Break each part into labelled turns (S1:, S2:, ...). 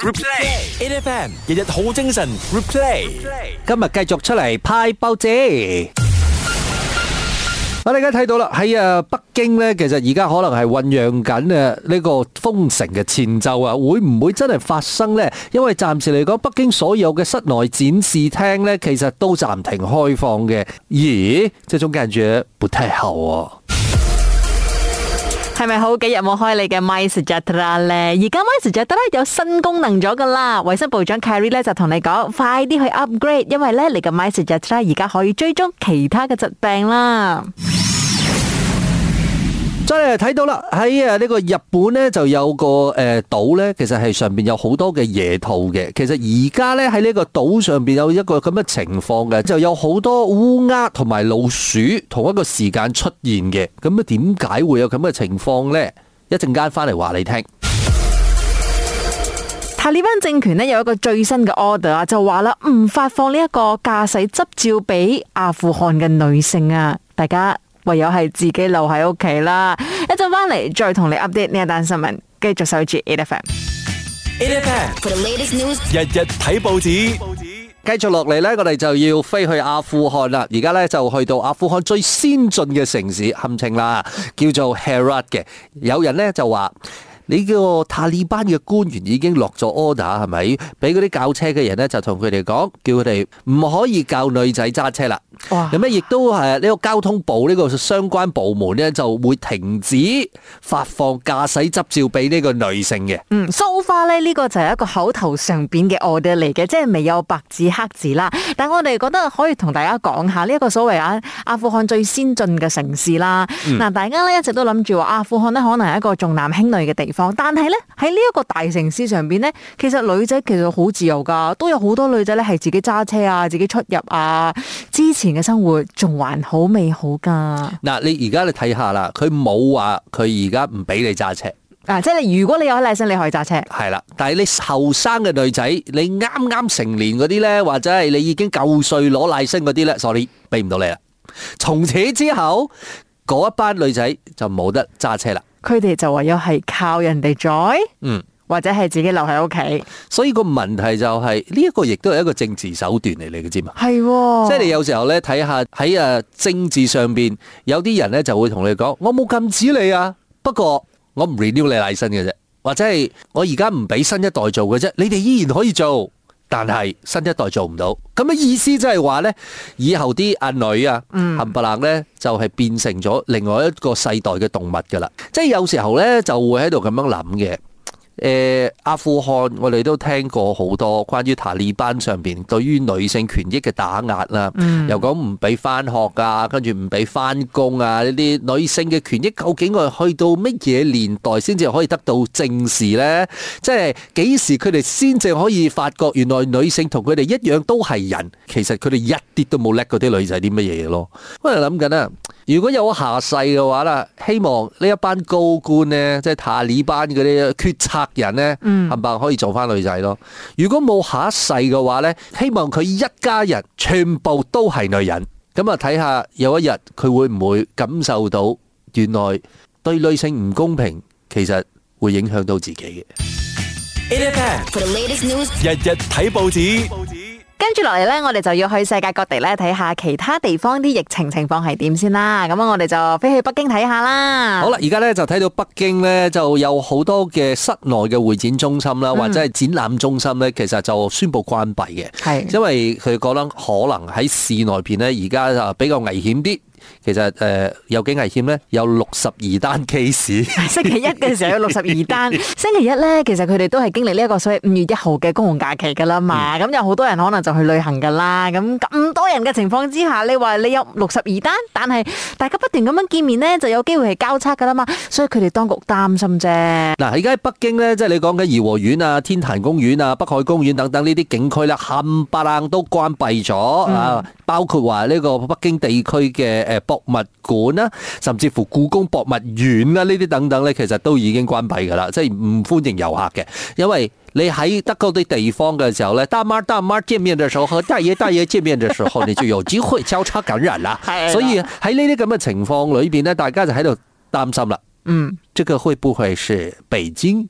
S1: Replay，A F M 日日好精神。Replay，
S2: 今日繼續出嚟派包姐。我哋而家睇到啦，喺啊北京呢，其實而家可能係醖釀緊誒呢個封城嘅前奏啊，會唔會真係發生呢？因為暫時嚟講，北京所有嘅室內展示廳呢，其實都暫停開放嘅。咦，即係種感覺不太好哦。
S3: 係咪好幾日冇開你嘅 My s u g g e t 啦咧？而家 My s u g g e t 咧有新功能咗噶啦。衞生部長 Carrie 咧就同你講，快啲去 upgrade，因為咧你嘅 My s u g g e t 咧而家可以追蹤其他嘅疾病啦。
S2: 真係睇到啦，喺呃誒呢個日本咧就有個誒島咧，其實係上邊有好多嘅野兔嘅。其實而家咧喺呢個島上邊有一個咁嘅情況嘅，就有好多烏鴉同埋老鼠同一個時間出現嘅。咁啊，點解會有咁嘅情況呢？一陣間翻嚟話你聽。
S3: 塔利班政權咧有一個最新嘅 order 啊，就話啦唔發放呢一個駕駛執照俾阿富汗嘅女性啊，大家唯有係自己留喺屋企啦。一陣翻嚟再同你 update 呢一單新聞，繼續守住 A F M。
S1: A F M
S4: For the latest news,
S1: 日日睇報紙。
S2: 繼續落嚟呢，我哋就要飛去阿富汗啦。而家呢，就去到阿富汗最先進嘅城市堪稱啦，叫做 Herat 嘅。有人呢就話：你個塔利班嘅官員已經落咗 order 係咪？俾嗰啲教車嘅人呢，就同佢哋講，叫佢哋唔可以教女仔揸車啦。
S3: 哇
S2: 咁咧，亦都係呢個交通部呢個相關部門呢，就會停止發放駕駛執照俾呢個女性嘅。
S3: 嗯，so far 咧呢個就係一個口頭上邊嘅 order 嚟嘅，即係未有白紙黑字啦。但我哋覺得可以同大家講下呢一個所謂啊阿富汗最先進嘅城市啦。嗱、大家咧一直都諗住話阿富汗咧可能係一個重男輕女嘅地方，但係咧喺呢一個大城市上邊咧，其實女仔其實好自由㗎，都有好多女仔咧係自己揸車啊，自己出入啊，之前嘅生活仲還好美好㗎。
S2: 嗱，你而家你睇下啦，佢冇話佢而家唔俾你揸車。
S3: 啊，即係你如果你有 license，你可以揸車。
S2: 係啦，但係你後生嘅女仔，你啱啱成年嗰啲呢，或者係你已經夠歲攞賴星嗰啲呢 sorry，俾唔到你啦。從此之後，嗰一班女仔就冇得揸車啦。
S3: 佢哋就唯有係靠人哋載，
S2: 嗯，
S3: 或者係自己留喺屋企，
S2: 所以個問題就係呢一個亦都係一個政治手段嚟嚟嘅啫嘛。
S3: 係、
S2: 即係你有時候呢，睇下喺誒政治上邊，有啲人呢就會同你講：我冇禁止你啊，不過我唔 renew 你賴身嘅啫，或者係我而家唔俾新一代做嘅啫，你哋依然可以做。但係新一代做唔到，咁嘅意思即係話呢，以後啲阿女啊，冚唪唥呢，就係變成咗另外一個世代嘅動物㗎啦。即係有時候呢，就會喺度咁樣諗嘅。誒、呃阿富汗，我哋都聽過好多關於塔利班上邊對於女性權益嘅打壓啦，又講唔俾翻學啊，跟住唔俾翻工啊，呢啲女性嘅權益究竟我哋去到乜嘢年代先至可以得到正視呢？即係幾時佢哋先至可以發覺原來女性同佢哋一樣都係人，其實佢哋一啲都冇叻嗰啲女仔啲乜嘢咯。我哋諗緊啊，如果有下世嘅話啦，希望呢一班高官呢，即係塔利班嗰啲決策人呢，冚唪唥可以做翻女仔咯。如果冇下一世嘅話呢，希望佢一家人全部都係女人。咁啊，睇下有一日佢會唔會感受到原來對女性唔公平，其實會影響到自己嘅。
S1: A F M
S4: for the latest news,
S1: 日日睇報紙。
S3: 跟住落嚟呢，我哋就要去世界各地咧睇下其他地方啲疫情情況係點先啦。咁啊，我哋就飛去北京睇下啦。
S2: 好啦，而家咧就睇到北京咧就有好多嘅室內嘅會展中心啦，或者係展覽中心咧，其實就宣布關閉嘅。
S3: 係
S2: 因為佢覺得可能喺市內邊咧，而家就比較危險啲。其實誒、呃有幾危險咧？有六十二單 case。
S3: 星期一嘅時候有六十二 單，星期一呢，其實佢哋都係經歷呢一個所謂五月一號嘅公共假期㗎啦嘛。咁、有好多人可能就去旅行㗎啦。咁咁多人嘅情況之下，你話你有六十二單，但係大家不斷咁樣見面呢，就有機會係交叉㗎啦嘛。所以佢哋當局擔心啫。
S2: 嗱，而家喺北京咧，即係你講緊頤和園啊、天壇公園啊、北海公園等等呢啲景區咧，冚唪唥都關閉咗啊！包括話呢個北京地區嘅誒博物館啦，甚至乎故宮博物院啊啦，呢啲等等咧，其實都已經關閉㗎啦，即係唔歡迎遊客嘅，因為。你喺德嗰啲地方嘅時候咧，大媽大媽見面嘅時候和大爺大爺見面嘅時候，你就有機會交叉感染啦
S3: 係。啦
S2: 所以喺呢啲咁嘅情況裏邊咧，大家就喺度擔心啦。
S3: 嗯。
S2: 这个会不会是北京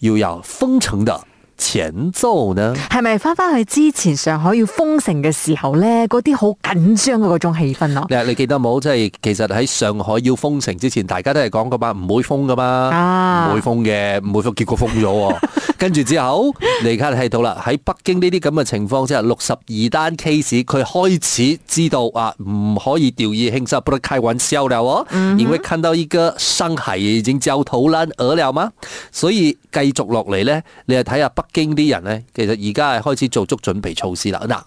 S2: 又要封城的前奏呢？
S3: 係咪翻翻去之前上海要封城嘅時候咧，嗰啲好緊張嘅嗰種氣氛啊？
S2: 你你記得冇？即係其實喺上海要封城之前，大家都係講噶嘛，唔會封噶嘛，
S3: 啊
S2: 唔會封嘅，唔會封，結果封咗喎。跟住之後，你而家睇到啦，喺北京呢啲咁嘅情況之下，六十二單 case，佢開始知道啊，唔可以掉以輕心，不得開玩笑了哦。因為看到一個上海已經焦頭爛額了嘛，所以繼續落嚟呢，你係睇下北京啲人呢，其實而家係開始做足準備措施啦。嗱。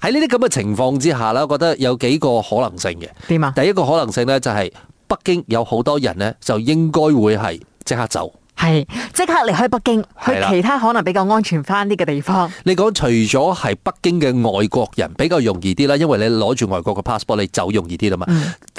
S2: 喺呢啲咁嘅情況之下啦，我覺得有幾個可能性嘅。
S3: 點啊？
S2: 第一個可能性呢，就係北京有好多人呢，就應該會係即刻走。
S3: 係即刻離開北京，
S2: 係
S3: 去
S2: 啦
S3: 其他可能比較安全翻啲嘅地方。
S2: 你講除咗係北京嘅外國人比較容易啲啦，因為你攞住外國嘅 passport 你走容易啲啦嘛。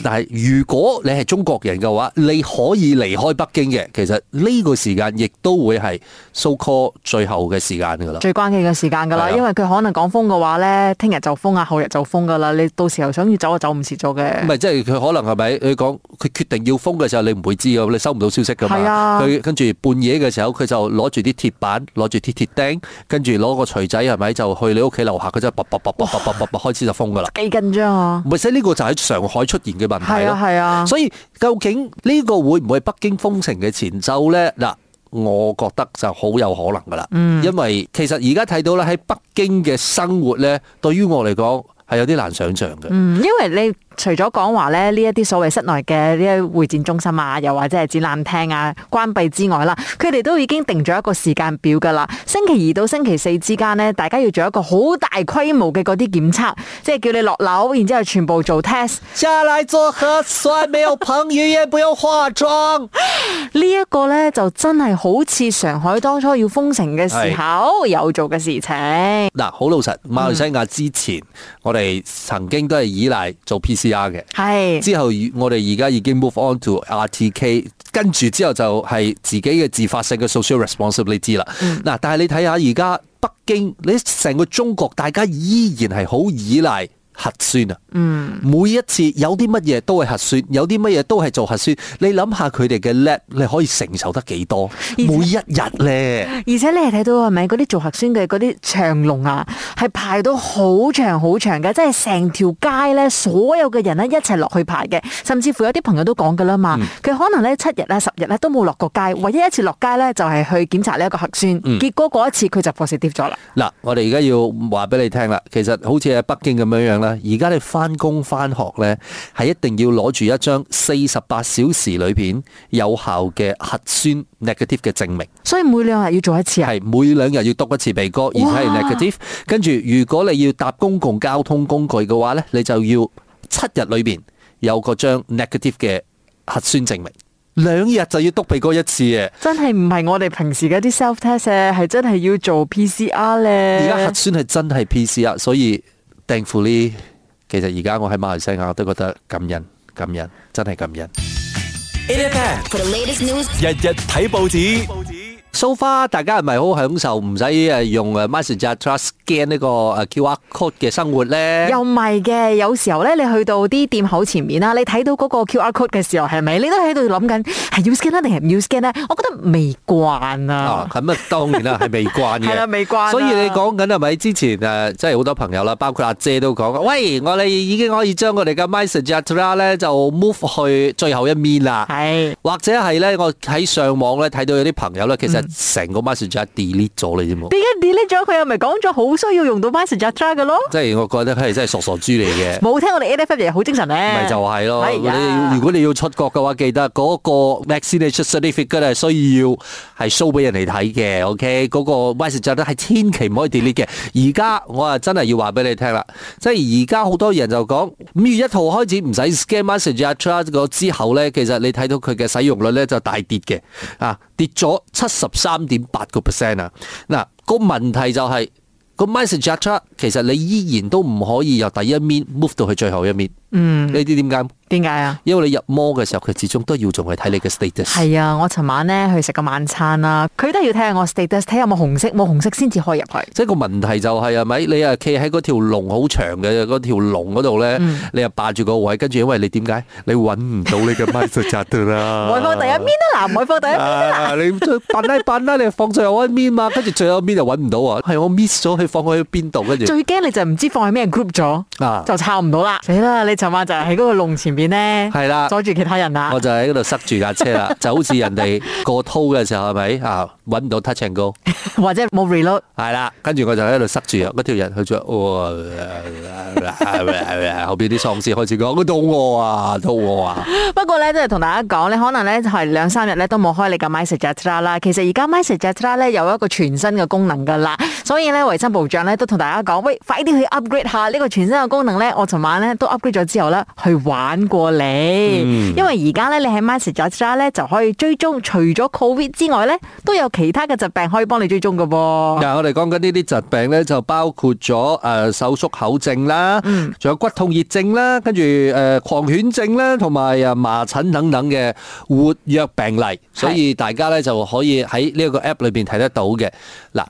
S2: 但係如果你係中國人嘅話，你可以離開北京嘅，其實呢個時間亦都會係 so call 最後嘅時間㗎啦。
S3: 最關鍵嘅時間㗎啦，
S2: 係啊
S3: 因為佢可能講封嘅話咧，聽日就封啊，後日就封㗎啦。你到時候想要走就走唔切咗嘅
S2: 唔。係，即係佢可能係咪？佢講佢決定要封嘅時候，你唔會知㗎，你收唔到消息㗎嘛。
S3: 係啊
S2: 佢跟住半夜嘅時候，佢就攞住啲鐵板，攞住啲鐵釘，跟住攞個錘仔係咪就去你屋企樓下，佢就叭叭叭叭叭叭叭叭開始就封㗎啦。
S3: 幾緊張啊！
S2: 唔係，即係呢個就喺上海出現嘅問題
S3: 係啊
S2: 咯。
S3: 係啊，
S2: 所以究竟呢個會唔會係北京封城嘅前奏呢？嗱，我覺得就好有可能噶啦，
S3: 嗯
S2: 因為其實而家睇到咧喺北京嘅生活呢，對於我嚟講係有啲難想像嘅。
S3: 嗯，因為你除咗講話咧呢一啲所謂室內嘅呢啲會展中心啊，又或者係展覽廳啊關閉之外啦，佢哋都已經定咗一個時間表㗎啦。星期二到星期四之間呢，大家要做一個好大規模嘅嗰啲檢測，即係叫你落樓，然之後全部做 test。
S2: 下來做核酸，沒有彭于晏，不用化妝。
S3: 呢一個呢，就真係好似上海當初要封城嘅時候有做嘅事情。
S2: 嗱，好老實，馬來西亞之前、我哋曾經都係依賴做 PCR 嘅，
S3: 係，
S2: 之後我哋而家已經 move on to RTK，跟住之後就係自己嘅自發性嘅 social responsibility 啦。
S3: 嗯
S2: 嗱、但係你睇下而家北京，你成個中國，大家依然係好依賴核酸啊。嗯，每一次有啲乜嘢都係核酸，有啲乜嘢都係做核酸。你諗下佢哋嘅 lab，你可以承受得幾多？每
S3: 且
S2: 一日咧。
S3: 而且你係睇到係咪嗰啲做核酸嘅嗰啲長龍啊，係排到好長好長嘅，即係成條街呢，所有嘅人呢一齊落去排嘅，甚至乎有啲朋友都講㗎啦嘛，
S2: 嗯
S3: 佢、可能呢七日啊十日呢都冇落過街，唯一一次落街呢就係去檢查呢一個核酸，
S2: 嗯
S3: 結果嗰一次佢就 positive 咗啦。
S2: 嗱，我哋而家要話俾你聽啦，其實好似喺北京咁樣樣啦，而家你翻工翻學呢，係一定要攞住一張四十八小時裏邊有效嘅核酸 negative 嘅證明，
S3: 所以每兩日要做一次啊。
S2: 係每兩日要督一次鼻哥，而且係
S3: 哇
S2: negative。跟住如果你要搭公共交通工具嘅話呢，你就要七日裏邊有個張 negative 嘅核酸證明，兩日就要督鼻哥一次啊嘅。
S3: 真係唔係我哋平時嘅啲 self test 咧，係真係要做 PCR 咧。
S2: 而家核酸係真係 PCR，所以 thankfully，其實而家我喺馬來西亞都覺得感恩，感恩，真係感恩。
S1: A F M
S4: For the latest news,
S1: 日日睇報紙
S2: So far，大家係咪好享受唔使誒用誒 Messenger Trust scan 呢個誒 QR code 嘅生活咧？
S3: 又唔係嘅，有時候咧，你去到啲店口前面啦，你睇到嗰個 QR code 嘅時候，係咪你都喺度諗緊係要 scan 啊咧定係唔要 scan 咧？我覺得未慣
S2: 啊
S3: 啊，，
S2: 咁啊，當然啦，係未慣嘅。
S3: 係啦，未慣啊。
S2: 所以你講緊係咪之前誒，即係好多朋友啦，包括阿姐都講，喂，我哋已經可以將我哋嘅 Messenger Trust 咧就 move 去最後一面啦。
S3: 係
S2: 或者係咧，我喺上網咧睇到有啲朋友咧，其實成個 Messenger delete 咗你知冇？
S3: 點解 delete 咗佢？又咪講咗好需要用到 Messenger 嘅咯？。
S2: 即係我覺得佢係真係傻傻豬嚟嘅
S3: 冇聽我哋 A F M 嘢好精神咧，
S2: 咪就係咯，
S3: 哎呀
S2: 你如果你要出國嘅話，記得嗰個 vaccination certificate 係需要係 show 俾人哋睇嘅，OK？嗰個 message 咧係千祈唔可以 delete 嘅。而家我啊真係要話俾你聽啦，即係而家好多人就講五月一號開始唔使 scan message a t r a s 個之後咧，其實你睇到佢嘅使用率咧就大跌嘅，啊跌咗七十三點八個 percent 啊！嗱、啊個問題就係、個 message a t r a s 其實你依然都唔可以由第一面 move 到去最後一面。嗯，呢啲點解？
S3: 點解啊？
S2: 因為你入魔嘅時候，佢始終都要仲係睇你嘅 status。
S3: 係啊，我尋晚咧去食個晚餐啦，佢都係要睇下我 status，睇下有冇紅色，冇紅色先至可以入去。
S2: 即係個問題就係係咪？你啊企喺嗰條龍好長嘅嗰條龍嗰度咧，
S3: 嗯
S2: 你又霸住個位，跟住因為你點解你揾唔到 你嘅 m i c 得啦？
S3: 外放第一邊啦，嗱，外放第一邊啦。
S2: 啊！你再扮拉扮啦，你放最後一面嘛，跟住最後一面就揾唔到啊！係我 miss 咗佢放佢去邊度，跟住
S3: 最驚你就唔知放喺咩 group 咗，
S2: 啊
S3: 就抄唔到啦。死啦！你尋晚就係喺嗰個籠前邊咧，
S2: 係啦
S3: 阻住其他人啊啦
S2: 我。就喺嗰度塞住架車啦，就好似人哋過掏嘅時候係咪啊？揾唔到 touch and go。
S3: 或者冇 reload。
S2: 系啦，跟住我就喺度塞住啊！嗰條人佢 就哦，後邊啲喪屍開始講：我肚餓啊，肚餓啊！
S3: 不過咧，都係同大家講咧，可能咧就係兩三日咧都冇開你嘅 MySejahtera 啦。其實而家 MySejahtera 咧有一個全新嘅功能㗎啦，所以咧衞生部長咧都同大家講：喂，快啲去 upgrade 下呢個全新嘅功能咧！我尋晚咧都 upgrade 咗之後咧，去玩過你，因為而家咧你喺 MySejahtera 咧就可以追蹤，除咗 Covid 之外咧，都有其他嘅疾病可以幫你追蹤㗎噃。
S2: 嗱，我哋講緊呢啲疾病咧，就包括咗誒手縮口症啦，仲有骨痛熱症啦，跟住誒狂犬症啦，同埋啊麻疹等等嘅活躍病例，所以大家咧就可以喺呢一個 app 裏邊睇得到嘅。嗱。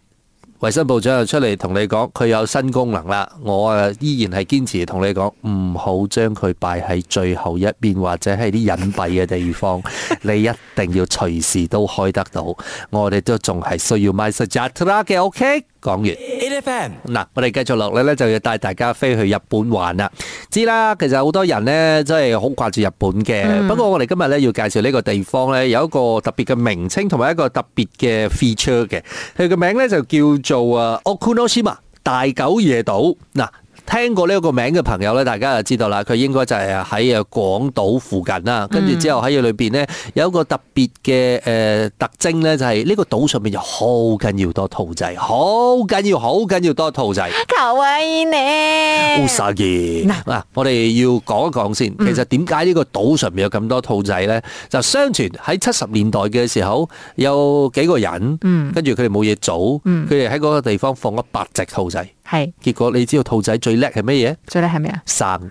S2: 衞生部長又出嚟同你講，佢有新功能啦。我啊依然係堅持同你講，唔好將佢擺喺最後一邊或者係啲隱蔽嘅地方，你一定要隨時都開得到。我哋都仲係需要 My s a j a t r a 嘅，OK？講完。
S1: 8 FM
S2: 嗱，我哋繼續落嚟咧，就要帶大家飛去日本玩啦。知啦，其實好多人咧，真係好掛住日本嘅。不過我哋今日咧要介紹呢個地方咧，有一個特別嘅名稱同埋一個特別嘅 feature 嘅。佢嘅名咧就叫做啊 Okunoshima 大久野島。嗱。聽過呢一個名嘅朋友咧，大家就知道啦，佢應該就係喺誒呃廣島附近啦。跟住之後喺佢裏邊咧有一個特別嘅誒呃特徵咧，就係呢個島上面就好緊要多兔仔，好緊要，好緊要多兔仔。
S3: 求威你
S2: u s a g
S3: 啊嗱
S2: 嗱，啊我哋要講一講先。其實點解呢個島上面有咁多兔仔呢？就相傳喺七十年代嘅時候，有幾個人，跟住佢哋冇嘢做，佢哋喺嗰個地方放咗八隻兔仔。
S3: 係
S2: 結果你知道兔仔最叻係乜嘢？
S3: 最叻係咩啊？
S2: 生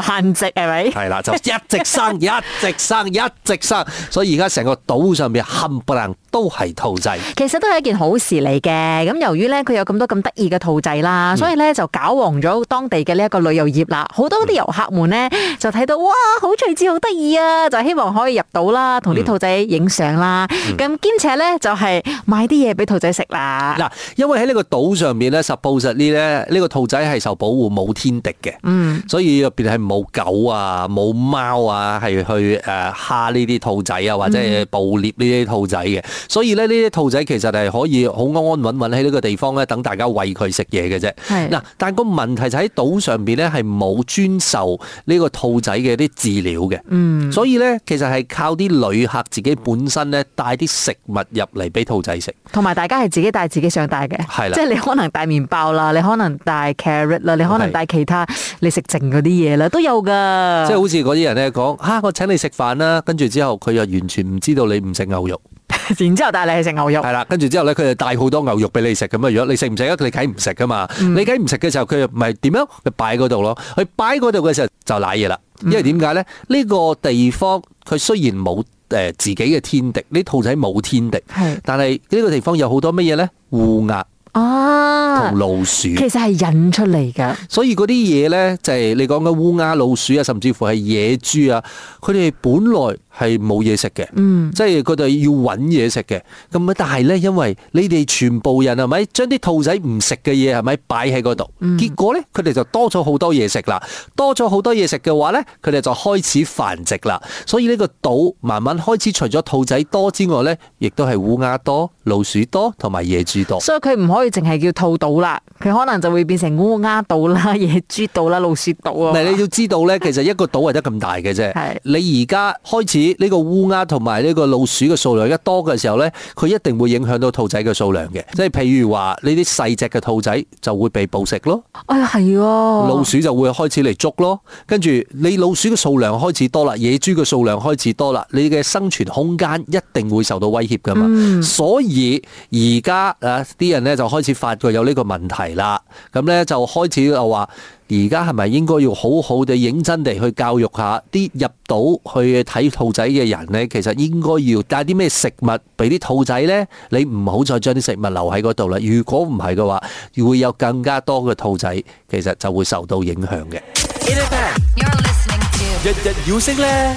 S3: 繁殖係咪？
S2: 係啦，就一直 生，一直生，一直生，所以而家成個島上面冚唪唥都係兔仔。
S3: 其實都係一件好事嚟嘅。咁由於咧佢有咁多咁得意嘅兔仔
S2: 嗯
S3: 啦，所以咧就搞黃咗當地嘅呢一個旅遊業啦。好多啲遊客們咧就睇到哇，好趣致，好得意啊！就希望可以入到啦，同
S2: 嗯
S3: 啲兔仔影相啦。咁兼且咧就係買啲嘢俾兔仔食啦。
S2: 嗱，因為喺呢個島上面咧，suppose 呢咧，呢個兔仔係受保護冇天敵嘅，嗯，所以入邊係冇狗啊、冇貓啊，係去誒蝦呢啲兔仔啊，或者係捕獵呢啲兔仔嘅，所以咧呢啲兔仔其實係可以好安安穩穩喺呢個地方咧，等大家餵佢食嘢嘅啫。
S3: 係
S2: 嗱，但個問題就喺島上邊咧係冇專售呢個兔仔嘅啲飼料嘅，嗯，所以咧其實係靠啲旅客自己本身咧帶啲食物入嚟俾兔仔食。
S3: 同埋大家係自己帶自己想帶嘅，
S2: 係啦
S3: 即係你可能帶麵包啦，你可能帶 carrot 啦，你可能帶其他你食剩嗰啲嘢啦，都有噶。
S2: 即係好似嗰啲人咧講嚇，我請你食飯啦，跟住之後佢又完全唔知道你唔食牛肉，
S3: 然之後帶你去食牛肉，
S2: 係啦，跟住之後咧佢就帶好多牛肉俾你食咁嘅樣，你食唔食啊？你梗係唔食噶嘛，
S3: 嗯
S2: 你梗係唔食嘅時候佢又咪點樣？佢擺嗰度咯，佢擺嗰度嘅時候就賴嘢啦，因
S3: 嗯
S2: 為點解咧？呢、個地方佢雖然冇誒自己嘅天敵，呢兔仔冇天敵，
S3: 係
S2: 但係呢個地方有好多乜嘢咧？烏鴉
S3: 啊
S2: 同，老鼠。
S3: 其實係引出嚟㗎。
S2: 所以嗰啲嘢呢，就係、你講嘅烏鴉、老鼠啊，甚至乎係野豬啊，佢哋本來係冇嘢食嘅，即係佢哋要揾嘢食嘅。咁啊，但係呢，因為你哋全部人係咪將啲兔仔唔食嘅嘢係咪擺喺嗰度？結果呢，佢哋就多咗好多嘢食啦。多咗好多嘢食嘅話呢，佢哋就開始繁殖啦。所以呢個島慢慢開始除咗兔仔多之外呢，亦都係烏鴉多、老鼠多同埋野豬多。
S3: 所以佢唔可以淨係叫兔島啦，佢可能就會變成烏鴉島啦、 野豬島啦、老鼠島啊。
S2: 嗱，你要知道咧，其實一個島係得咁大嘅啫
S3: 係。
S2: 你而家開始呢個烏鴉同埋呢個老鼠嘅數量一多嘅時候咧，佢一定會影響到兔仔嘅數量嘅。即係譬如話，呢啲細只嘅兔仔就會被捕食咯，
S3: 哎呀，係喎、
S2: 老鼠就會開始嚟捉咯。跟住你老鼠嘅數量開始多啦，野豬嘅數量開始多啦，你嘅生存空間一定會受到威脅噶嘛。所以而家啊，啲人咧就開始發覺有呢個問題啦。咁咧就開始就話，而家係咪應該要好好地認真地去教育下啲入到去睇兔仔嘅人咧？其實應該要帶啲咩食物俾啲兔仔咧？你唔好再將啲食物留喺嗰度啦。如果唔係嘅話，會有更加多嘅兔仔其實就會受到影響嘅。
S4: You're listening to
S1: 日日要識咧。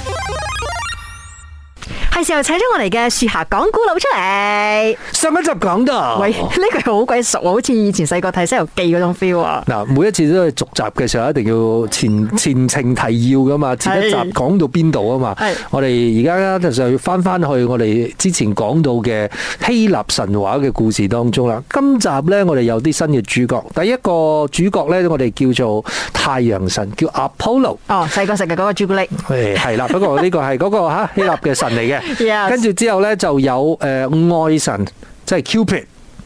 S3: 系时候請咗我哋嘅樹下講古佬出嚟。
S2: 上一集講到
S3: 喂，呢句好鬼熟啊，好似以前細個睇《西遊記》嗰種 feel 啊。
S2: 嗱，每一次都係續集嘅時候，一定要前前情提要噶嘛，前一集
S3: 係
S2: 講到邊度啊嘛
S3: 係，
S2: 我哋而家就要翻翻去我哋之前講到嘅希臘神話嘅故事當中啦。今集呢，我哋有啲新嘅主角，第一個主角呢，我哋叫做太陽神，叫 Apollo。
S3: 哦，細個食嘅嗰個朱古力，
S2: 誒係啦，不過呢個係嗰個嚇希臘嘅神嚟嘅，
S3: Yes
S2: 跟住之後呢，就有誒、呃、愛神，即係 Cupid。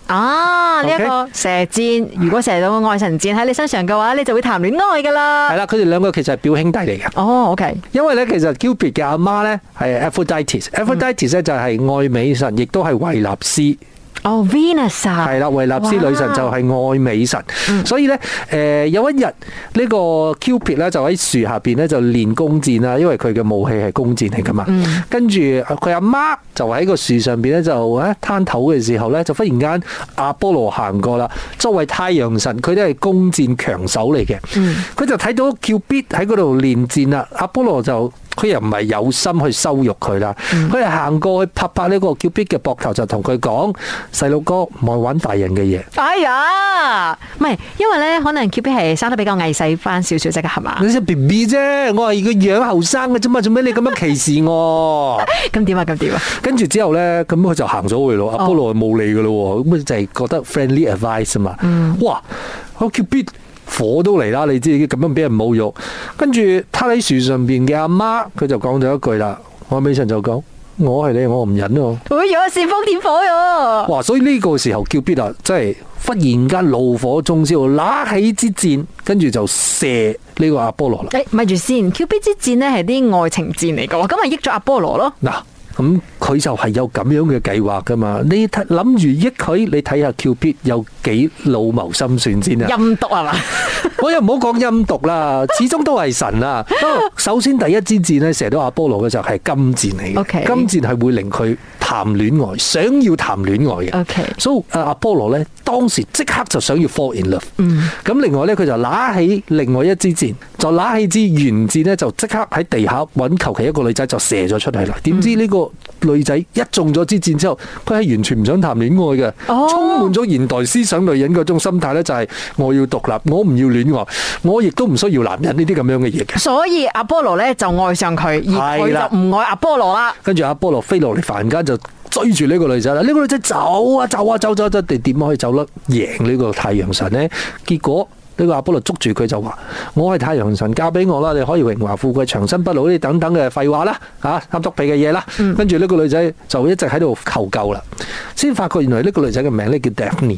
S3: 啊，呢一個
S2: OK
S3: 射箭，如果射到愛神箭喺你身上嘅話，你就會談戀愛噶
S2: 係
S3: 啦。
S2: 啦，佢哋兩個其實係表兄弟嚟嘅。
S3: 哦，OK，
S2: 因為咧，其實 Cupid 嘅阿媽咧係 Aphrodites，Aphrodites 咧就係愛美神，亦都係維納斯，
S3: 哦，Venus 啊，
S2: 係啦，維納斯
S3: 哇
S2: 女神就係愛美神，所以咧，誒、有一日呢、個 Cupid 咧就喺樹下邊咧就練弓箭啦，因為佢嘅武器係弓箭嚟噶嘛，跟住佢阿媽就喺個樹上邊咧就誒攤頭嘅時候咧就忽然間阿波羅行過啦，作為太陽神，佢都係弓箭強手嚟嘅，佢就睇到 Cupid 喺嗰度練箭啦，阿波羅就。佢又唔係有心去羞辱佢啦，佢係行過去拍拍呢個 Cupid 嘅膊頭，就同佢講：細路哥唔係玩大人嘅嘢。
S3: 哎呀，唔係，因為咧可能 Q B 係生得比較矮細翻少少啫，係嘛？
S2: 你只 B B 啫，我係個樣後生嘅啫嘛，做咩你咁樣歧視我？
S3: 咁點啊？咁點啊？
S2: 跟住之後咧，咁佢就行咗去咯。阿波羅就冇理噶咯，咁就係覺得 friendly advice 啊嘛。哇，個 Cupid 火都嚟啦！你知咁樣俾人侮辱，跟住他喺樹上邊嘅阿媽，佢就講咗一句啦。我美神就講：我係你，我唔忍喎。
S3: 哎呀，煽風點火喎！
S2: 哇！所以呢個時候叫 b i t 啊，真係忽然間怒火中燒，拿起支箭，跟住就射呢個阿波羅啦。
S3: 誒，咪住先，Q B 之戰呢係啲愛情戰嚟嘅喎，咁咪益咗阿波羅咯。
S2: 嗱，咁佢就係有咁樣嘅計劃噶嘛？你睇諗住益佢，你睇下 Q b i t 有幾老謀深算先啊！
S3: 陰毒 係嘛？
S2: 我又唔好講陰毒 啦，始終都係神啦。不過首先第一支箭咧射到阿波羅嘅就係金箭嚟嘅
S3: OK
S2: 金箭係會令佢談戀愛，想要談戀愛嘅。
S3: OK
S2: 所以阿波羅咧，當時即刻就想要 fall in love。咁
S3: 嗯
S2: 另外咧，佢就拿起另外一支箭，就拿起支原箭咧，就即刻喺地下揾求其一個女仔就射咗出去啦。點知呢個女仔一中咗支箭之後，佢係完全唔想談戀愛嘅，
S3: 哦
S2: 充滿咗現代思想女人嗰種心態咧，就係我要獨立，我唔要戀愛，我亦都唔需要男人呢啲咁樣嘅嘢嘅。
S3: 所以阿波羅咧就愛上佢，而
S2: 係啦
S3: 佢就唔愛阿波羅啦。
S2: 跟住阿波羅飛落嚟凡間就追住呢個女仔啦。呢、個女仔走啊走啊走走走，你點可以走得贏呢個太陽神呢？結果。呢個阿波羅捉住佢就話：我係太陽神，嫁俾我啦！你可以榮華富貴、長生不老呢啲等等嘅廢話啦，嚇啱篤鼻嘅嘢啦。跟住呢個女仔就一直喺度求救啦，先發覺原來呢個女仔嘅名咧叫 Daphne。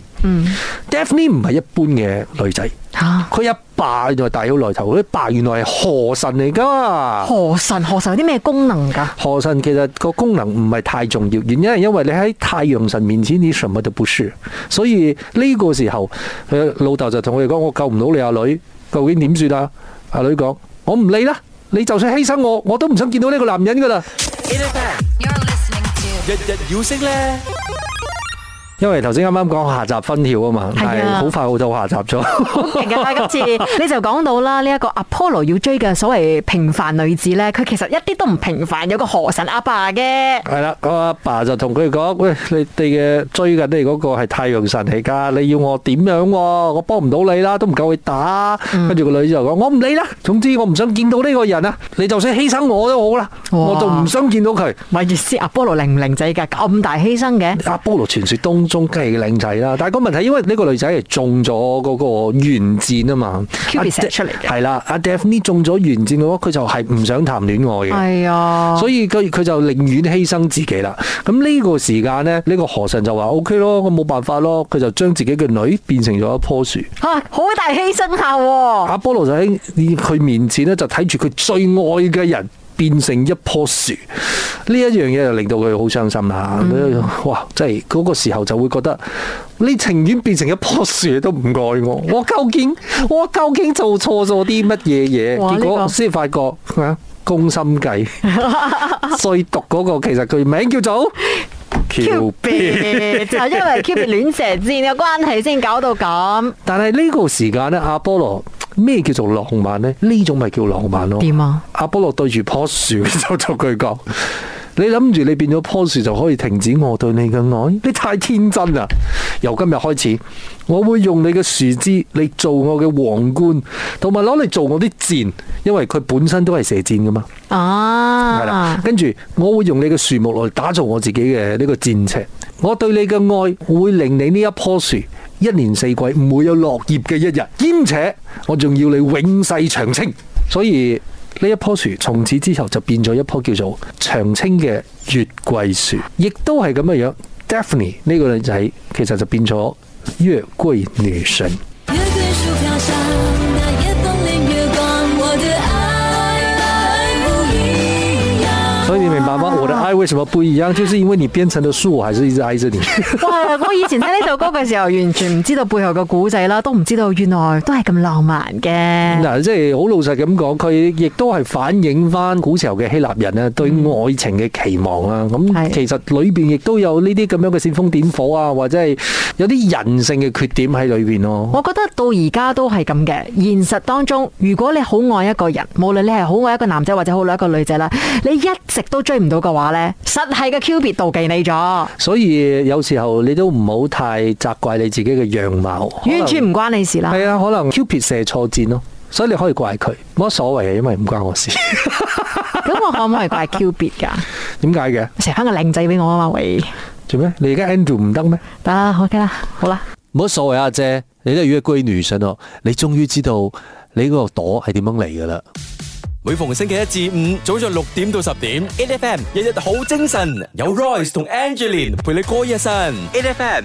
S2: Daphne 唔係一般嘅女仔，
S3: 嚇
S2: 佢阿爸原來大有來頭，佢阿爸原來係河神嚟㗎。
S3: 河神，河神有啲咩功能㗎？
S2: 河神其實個功能唔係太重要，原因係因為你喺太陽神面前你什麼都不是，所以呢個時候佢老豆就同佢哋講：我救唔到你阿啊女，究竟點算啊？阿女講：我唔理啦，你就算犧牲我，我都唔想見到呢個男人噶啦。
S4: You're listening to
S1: 日日要識咧。
S2: 因為頭先啱啱講下集分曉啊嘛，
S3: 係啊
S2: 但係好快好就下集咗。
S3: 勁㗎！今次 你就講到啦，呢一個阿波羅要追嘅所謂平凡女子咧，佢其實一啲都唔平凡，有個河神阿爸嘅。
S2: 係啦，我阿爸就同佢講：喂，你哋嘅追緊你嗰個係太陽神嚟㗎，你要我點樣喎？我幫唔到你啦，都唔夠佢打。跟住個女就講：我唔理啦，總之我唔想見到呢個人啊！你就算犧牲我都好啦，
S3: 哇
S2: 我就唔想見到佢。
S3: 咪住先，阿波羅靚唔靚仔㗎？咁大犧牲嘅。
S2: 阿波羅傳説當中梗係靚仔啦，但係個問題因為呢個女仔係中咗嗰個原箭啊嘛
S3: Cupid 射出嚟嘅
S2: 係啦，阿 Daphne 中咗原箭嘅話，佢就係唔想談戀愛嘅。
S3: 係啊，
S2: 所以佢佢就寧願犧牲自己啦。咁呢個時間呢，呢、個河神就話 O K 咯，我冇辦法咯，佢就將自己嘅女變成咗一棵樹。
S3: 嚇好大犧牲下喎。啊
S2: 阿波羅就喺佢面前呢，就睇住佢最愛嘅人。變成一棵樹，呢一樣嘢就令到佢好傷心啦。
S3: 嗯
S2: 哇！真係嗰個時候就會覺得，你情願變成一棵樹你都唔愛我，我究竟我究竟做錯咗啲乜嘢嘢？
S3: 哇
S2: 結
S3: 呢個
S2: 果先發覺啊，攻心 計最毒嗰個其實佢名叫做 Q B。
S3: Cupid 就因為 Cupid 亂射箭嘅關係先搞到咁。
S2: 但係呢個時間呢，阿波羅咩叫做浪漫呢？呢種咪叫浪漫咯。
S3: 點啊？
S2: 阿波羅對住棵樹 就同佢講：你諗住你變咗棵樹就可以停止我對你嘅愛？你太天真啦！由今日開始，我會用你嘅樹枝嚟做我嘅皇冠，同埋攞嚟做我啲箭，因為佢本身都係射箭噶嘛。係啦
S3: 啊，，
S2: 跟住我會用你嘅樹木嚟打造我自己嘅呢個戰車。我對你嘅愛會令你呢一棵樹一年四季唔會有落葉嘅一日，兼且我仲要你永世長青。所以呢一棵樹從此之後就變咗一棵叫做長青嘅月桂樹，亦都係咁嘅樣。Daphne 呢個女仔其實就變咗月桂女神。
S5: 月桂树飘香，那夜风凌月光，我的爱不一样。
S2: 所以你明白嗎？我的愛為什麼不一樣？就是因為你變成的樹，我還是一直愛着你。
S3: 哇！我以前聽呢首歌嘅時候，完全唔知道背後嘅古仔啦，都唔知道原來都係咁浪漫嘅。
S2: 嗱，即係好老實咁講，佢亦都係反映翻古時候嘅希臘人咧對愛情嘅期望啦。咁、
S3: 係
S2: 其實裏邊亦都有呢啲咁樣嘅煽風點火啊，或者係有啲人性嘅缺點喺裏邊咯。
S3: 我覺得到而家都係咁嘅。現實當中，如果你好愛一個人，無論你係好愛一個男仔或者好愛一個女仔啦，你一直都追唔到嘅話呢，實係嘅 Cupid 妒忌你咗，完
S2: 所以有時候你都唔好太責怪你自己嘅樣貌，
S3: 全唔關你事啦。
S2: 係啊，可能 Cupid 射錯箭咯。所以你可以怪佢，冇乜所謂嘅，因為唔關我事。
S3: 咁我可唔可以怪 Cupid 㗎？
S2: 點解嘅？
S3: 成翻個靚仔俾我啊嘛，喂！
S2: 做咩？你而家 Andrew 唔得咩？
S3: 得啦，OK 啦，好啦，
S2: 冇乜所謂啊，姐，你都係月桂女神哦，你終於知道你嗰個朵係點樣嚟噶啦。
S1: 每逢星期一至五早上六點到十點，A F M 日日好精神，有 Royce 同 Angeline 陪你過一晨，A F M。